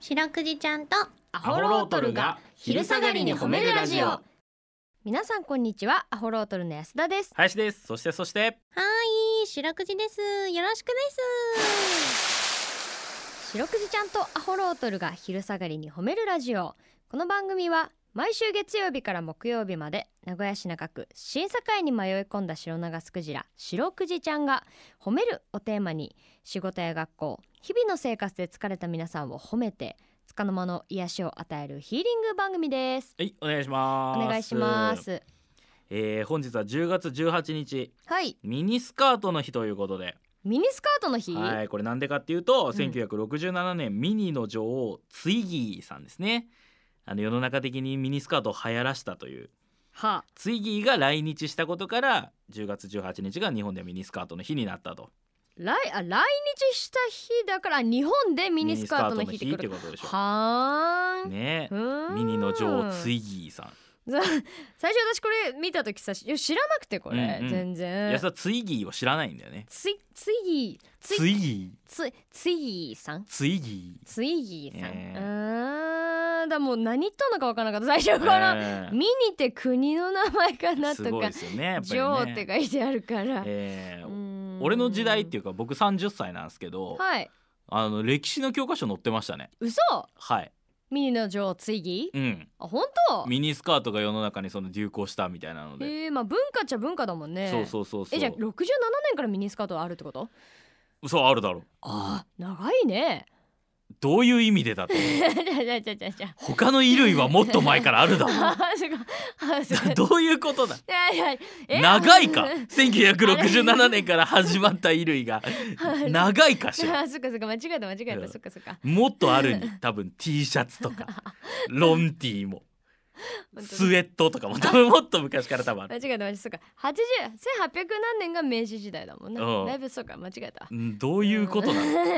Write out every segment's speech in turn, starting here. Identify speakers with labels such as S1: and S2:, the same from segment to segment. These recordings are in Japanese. S1: 白くじちゃんと
S2: ア
S3: ホロートルが昼下がりに褒めるラジオ
S2: 皆さんこんにちはアホロートルの安田です
S3: 林ですそしてそして
S1: はい白くじですよろしくです
S2: 白くじちゃんとアホロートルが昼下がりに褒めるラジオこの番組は毎週月曜日から木曜日まで名古屋市中区審査会に迷い込んだ白長スクジラ白くじちゃんが「褒める」をテーマに仕事や学校日々の生活で疲れた皆さんを褒めて束の間の癒しを与えるヒーリング番組です
S3: はいお願いします
S2: お願いします
S3: えー、本日は10月18日
S2: はい
S3: ミニスカートの日ということで
S2: ミニスカートの日、
S3: はいこれなんでかっていうと、
S2: ん
S3: 1967年ミニの女王ツイギーさんですねあの世の中的にミニスカートを流行らしたという
S2: は
S3: ツイギーが来日したことから10月18日が日本でミニスカートの日になったと
S2: 来あ来日した日だから日本でミニスカートの日って
S3: ミニスカート
S2: く
S3: の日っ
S2: る
S3: てことでしょ
S2: はーん
S3: ね
S2: うーん
S3: ミニの女 王ツイギーさん
S2: ざ最初私これ見た時さいや知らなくてこれ、
S3: うんうん
S2: 全然
S3: 安田ツイギーを知らないんだよね
S2: ついついつい
S3: イギー
S2: ついついさん
S3: ツイギ
S2: ついぎさん、
S3: ねえ
S2: うーんだもう何言ったのか分からなかった最初から、
S3: ええ
S2: ミニって国の名前かな
S3: す
S2: と
S3: ごい
S2: か、
S3: ですよねやっぱりね
S2: 女王って書いてあるから、
S3: ええ
S2: うーん
S3: 俺の時代っていうか僕30歳なんですけど、
S2: はい
S3: あの歴史の教科書載ってましたね
S2: 嘘
S3: はい
S2: ミニの女王ついぎ
S3: うん
S2: あ本当
S3: ミニスカートが世の中にその流行したみたいなので、
S2: えー、まあ文化っちゃ文化だもんね
S3: そうそうそうそ
S2: え
S3: う
S2: じゃあ67年からミニスカートはあるってこと
S3: そうあるだろう
S2: ああ長いね
S3: どういう意味でだと
S2: じゃあじゃあじゃあじゃあじゃあ
S3: 他の衣類はもっと前からあ るだろう
S2: あーすごいあーすごい
S3: どういうことだ
S2: いやいやえ
S3: 長いか1967年から始まった衣類が
S2: はい
S3: 長いか
S2: あ
S3: しら
S2: ーそっかそっか間違えた間違え
S3: う
S2: た
S3: ん
S2: そっかそっか
S3: もっとあ るに多分 T シャツとかロンティーも
S2: 本当だ
S3: スウェットとかも多分もっと昔から多分あ
S2: 間
S3: る
S2: 違えた間違えたそっか80 1800何年が明治時代だもんね
S3: うん
S2: だいぶそっか間違えた
S3: うんどういうことなの、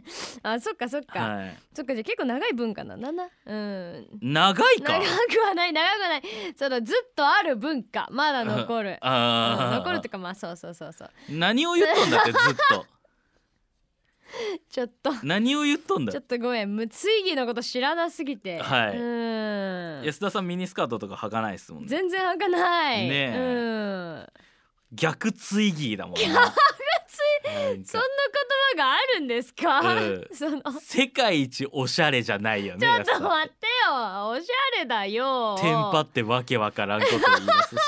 S2: あそっかそっか、
S3: はい、
S2: そっかじゃあ結構長い文化なんだなうん
S3: 長い
S2: 長
S3: か
S2: くはない長くはないそのずっとある文化まだ残る うん
S3: あー
S2: 残るとかまあそうそうそうそう
S3: 何を言っとんだってずっ
S2: ちょっ と
S3: と何を言っとんだ
S2: ちょっとごめん無追義のこと知らなすぎて
S3: はい
S2: うん
S3: 安田さんミニスカートとか履かないですもんね
S2: 全然履かない
S3: ねえ
S2: うん
S3: 逆ツイギーだもんねなんか
S2: そんな言葉があるんですか、
S3: うん
S2: そのちょっ
S3: 世界一おしゃれじゃないよね安田
S2: と待ってよおしゃれだよ
S3: テンパってわけわからんこと言い ますし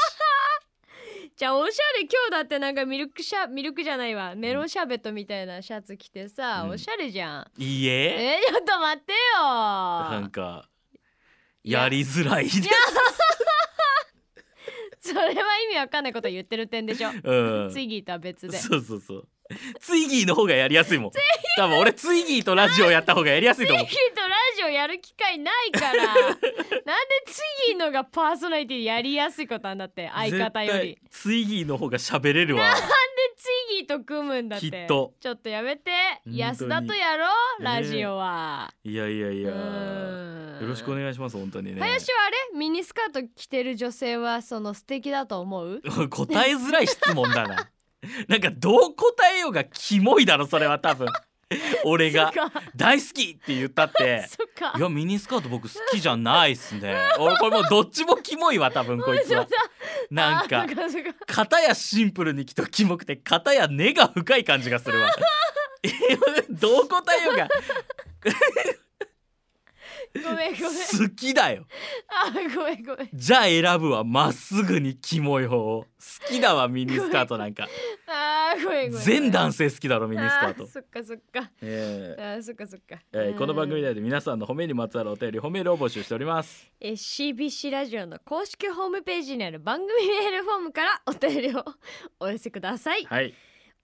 S2: じゃあおしゃれ今日だってなんかミルクシャミルクじゃないわメロンシャーベットみたいなシャツ着てさ、
S3: うん
S2: おしゃれじゃん
S3: いいえ
S2: えちょっと待って
S3: なん
S2: よ
S3: か
S2: いや
S3: やりづらいです。
S2: それは意味わかんないこと言ってる点でしょ、
S3: うん。
S2: ツイギーとは別で
S3: そうそうそう。ツイギーの方がやりやすいもん。多分俺ツイギーとラジオやった方がやりやすいと思う
S2: ツイ。ギーとラジオやる機会ないから なんでツイギーのがパーソナリティやりやすいことなんだって相方より
S3: 絶対ツイギーの方が喋れるわ。
S2: ツイギーと組むんだって
S3: きっと
S2: ちょっとやめて
S3: 当に
S2: 安田とやろう
S3: ね
S2: ラ
S3: え
S2: ジオは、
S3: いやいやいや。よろしくお
S2: いし
S3: 願いします本当にね。
S2: 林はあれミニスカート着てる女性はその素敵だと思う
S3: 答えづらい質問だな。なんかどう答えようがキモいだろそれは 多分。俺が
S2: そっか
S3: 大好きって言ったって。
S2: そっか
S3: いやミニスカート僕好きじゃないっすね。俺これもうどっちもキモいわ多分こい つは。なん
S2: あ
S3: か
S2: そっ。かそっか
S3: 片やシンプルにきとキモくて片や根が深い感じがする わえどう答えようが
S2: ごめんごめん
S3: 好きだよ
S2: あごめんごめん
S3: じゃあ選ぶはまっすぐにキモい方を好きだわミニスカー トなんか
S2: あごめんごめん
S3: 全男性好きだろミニスカー
S2: あ
S3: ト
S2: そっかそっか
S3: え
S2: あ
S3: ー
S2: そっかそっか、
S3: えーこの番組で
S2: だ
S3: は皆さんの褒めにまつわるお便り褒めるを募集しております
S2: えー CBC ラジオの公式ホームページにある番組メールフォームからお便りをお寄せください
S3: はい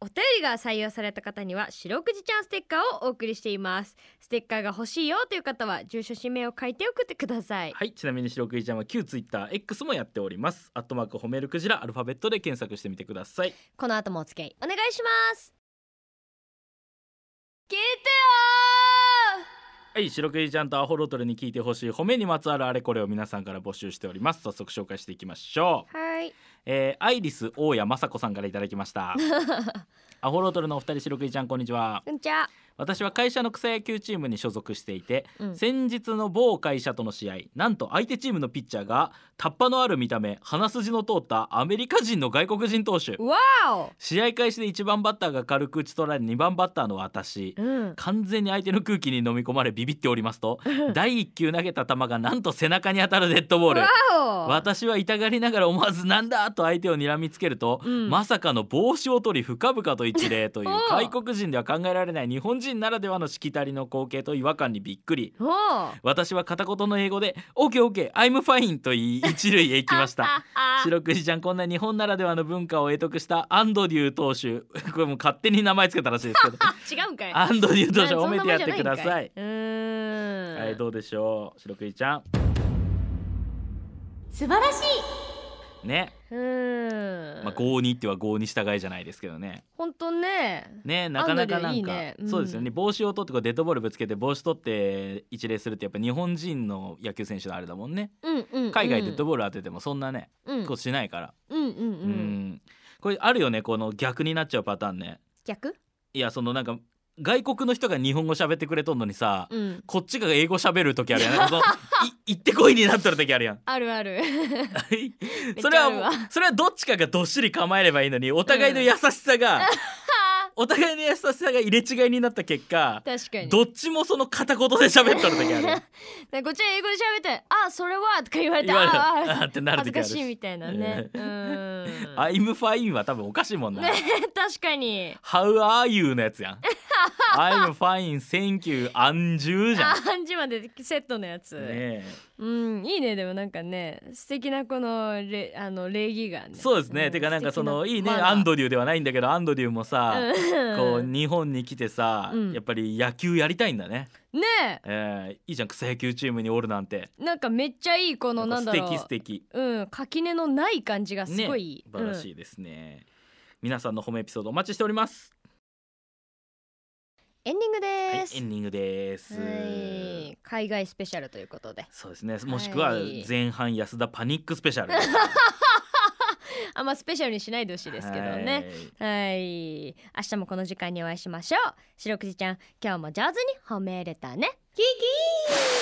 S2: お便りが採用された方には白くじちゃんステッカーをお送りしていますステッカーが欲しいよという方は住所氏名を書いて送ってください
S3: はいちなみに白クイちゃんは旧ツイッター X もやっておりますアットマーク褒めるクジラアルファベットで検索してみてください
S2: この後もお付き合いお願いします聞いてよ
S3: はい、白くじちゃんとアホロトルに聞いてほしい褒めにまつわるあれこれを皆さんから募集しております。早速紹介していきましょう。
S2: ーはい
S3: えー、アイリス 大谷雅子さんからいただきました。アホロトルのお二人白くじちゃんこんにちは。
S2: こんにちは
S3: 私は会社の草野球チームに所属していて
S2: うん
S3: 先日の某会社との試合なんと相手チームのピッチャーがタッパのある見た目鼻筋の通ったアメリカ人の外国人投手
S2: わお
S3: 試合開始で1番バッターが軽く打ち取られ2番バッターの私
S2: うん
S3: 完全に相手の空気に飲み込まれビビっておりますと 第1球投げた球がなんと背中に当たるデッドボール
S2: わお
S3: 私は痛がりながら思わずなんだと相手を睨みつけると、
S2: うん
S3: まさかの帽子を取り深々と一礼という
S2: おう
S3: 外国人では考えられない日本人ならではのしきたりの光景と違和感にびっくり
S2: おー
S3: 私は片言の英語で「OKOK I'm fine」と言い一塁へ行きました。
S2: ああ
S3: 白くじちゃんこんな日本ならではの文化を得得したアンドリュー投手 これもう勝手に名前つけたらしいです けど
S2: 違うんかい
S3: アンドリュ ー投手
S2: そ
S3: 褒
S2: ん
S3: め
S2: な
S3: て
S2: も
S3: や
S2: ん
S3: っ
S2: じゃ
S3: て
S2: な
S3: く
S2: ん
S3: ださ
S2: か
S3: い。
S2: うーん
S3: はいどうでしょう白くじちゃん
S1: 素晴らしい
S3: ね、
S2: うーん
S3: まあ、郷に入っては郷に従いじゃないですけどね
S2: 本当ね
S3: ねなかなかなんか
S2: アンドリューいいねうん
S3: そうですよね帽子を取ってこうデッドボールぶつけて帽子取って一礼するってやっぱ日本人の野球選手のあれだもんね
S2: うんうんうん
S3: 海外デッドボール当ててもそんなね、
S2: うん
S3: こうしないから
S2: うんうんう
S3: うんんこれあるよねこの逆になっちゃうパターンね
S2: 逆
S3: いやそのなんか外国の人が日本語喋ってくれとんのにさ、
S2: うん
S3: こっちが英語喋る時あるやんなんかそのい 行ってこいになっとる時あるやん
S2: あるある
S3: それは
S2: めっちゃある
S3: それはどっちかがどっしり構えればいいのにお互いの優しさが、 お互いの優しさが入れ違いになった結果
S2: 確かに
S3: どっちもその片言で喋っとる時 ある
S2: ねこっちは英語で喋って「あそれは」とか言われて「
S3: 言われる
S2: あー
S3: あーってなる
S2: 恥ず
S3: 時あ
S2: か
S3: る
S2: しい」みたいなね
S3: う
S2: うんん
S3: 「I'm fine」は多分おかしいもんな
S2: ね 確かに
S3: How are you のやつや ん I'm fine thank you 安住じゃん
S2: あ
S3: ね
S2: 半時までセットのやつ、
S3: え
S2: うんいいねでもなんかね素敵なこのれあの礼儀がね
S3: そうですね、
S2: ん
S3: てかなんかその
S2: 素
S3: いい
S2: 敵
S3: ね
S2: なマナー
S3: アンドリューではないんだけどアンドリューもさ、
S2: うん
S3: こう日本に来てさ、
S2: うん
S3: やっぱり野球やりたいんだね、
S2: ねえ
S3: えー、いいじゃん草野球チームにおるなんて
S2: なんかめっちゃいいこのなん
S3: 素
S2: だろう
S3: 敵素敵
S2: うん垣根のない感じがすごいいい、
S3: 素晴らしいですね、皆さんの褒めエピソードお待ちしております、
S2: エンディング
S3: はい、
S2: で
S3: エ
S2: す、
S3: ンディングです
S2: はい海外スペシャルということで
S3: そうですねもしくは
S2: はい
S3: 前半安田パニックス ペシャル
S2: あんまスペシャルにしないでほしいですけどねはい明日もこの時間にお会いしましょう白くじちゃん今日も上手に褒めれたねキキー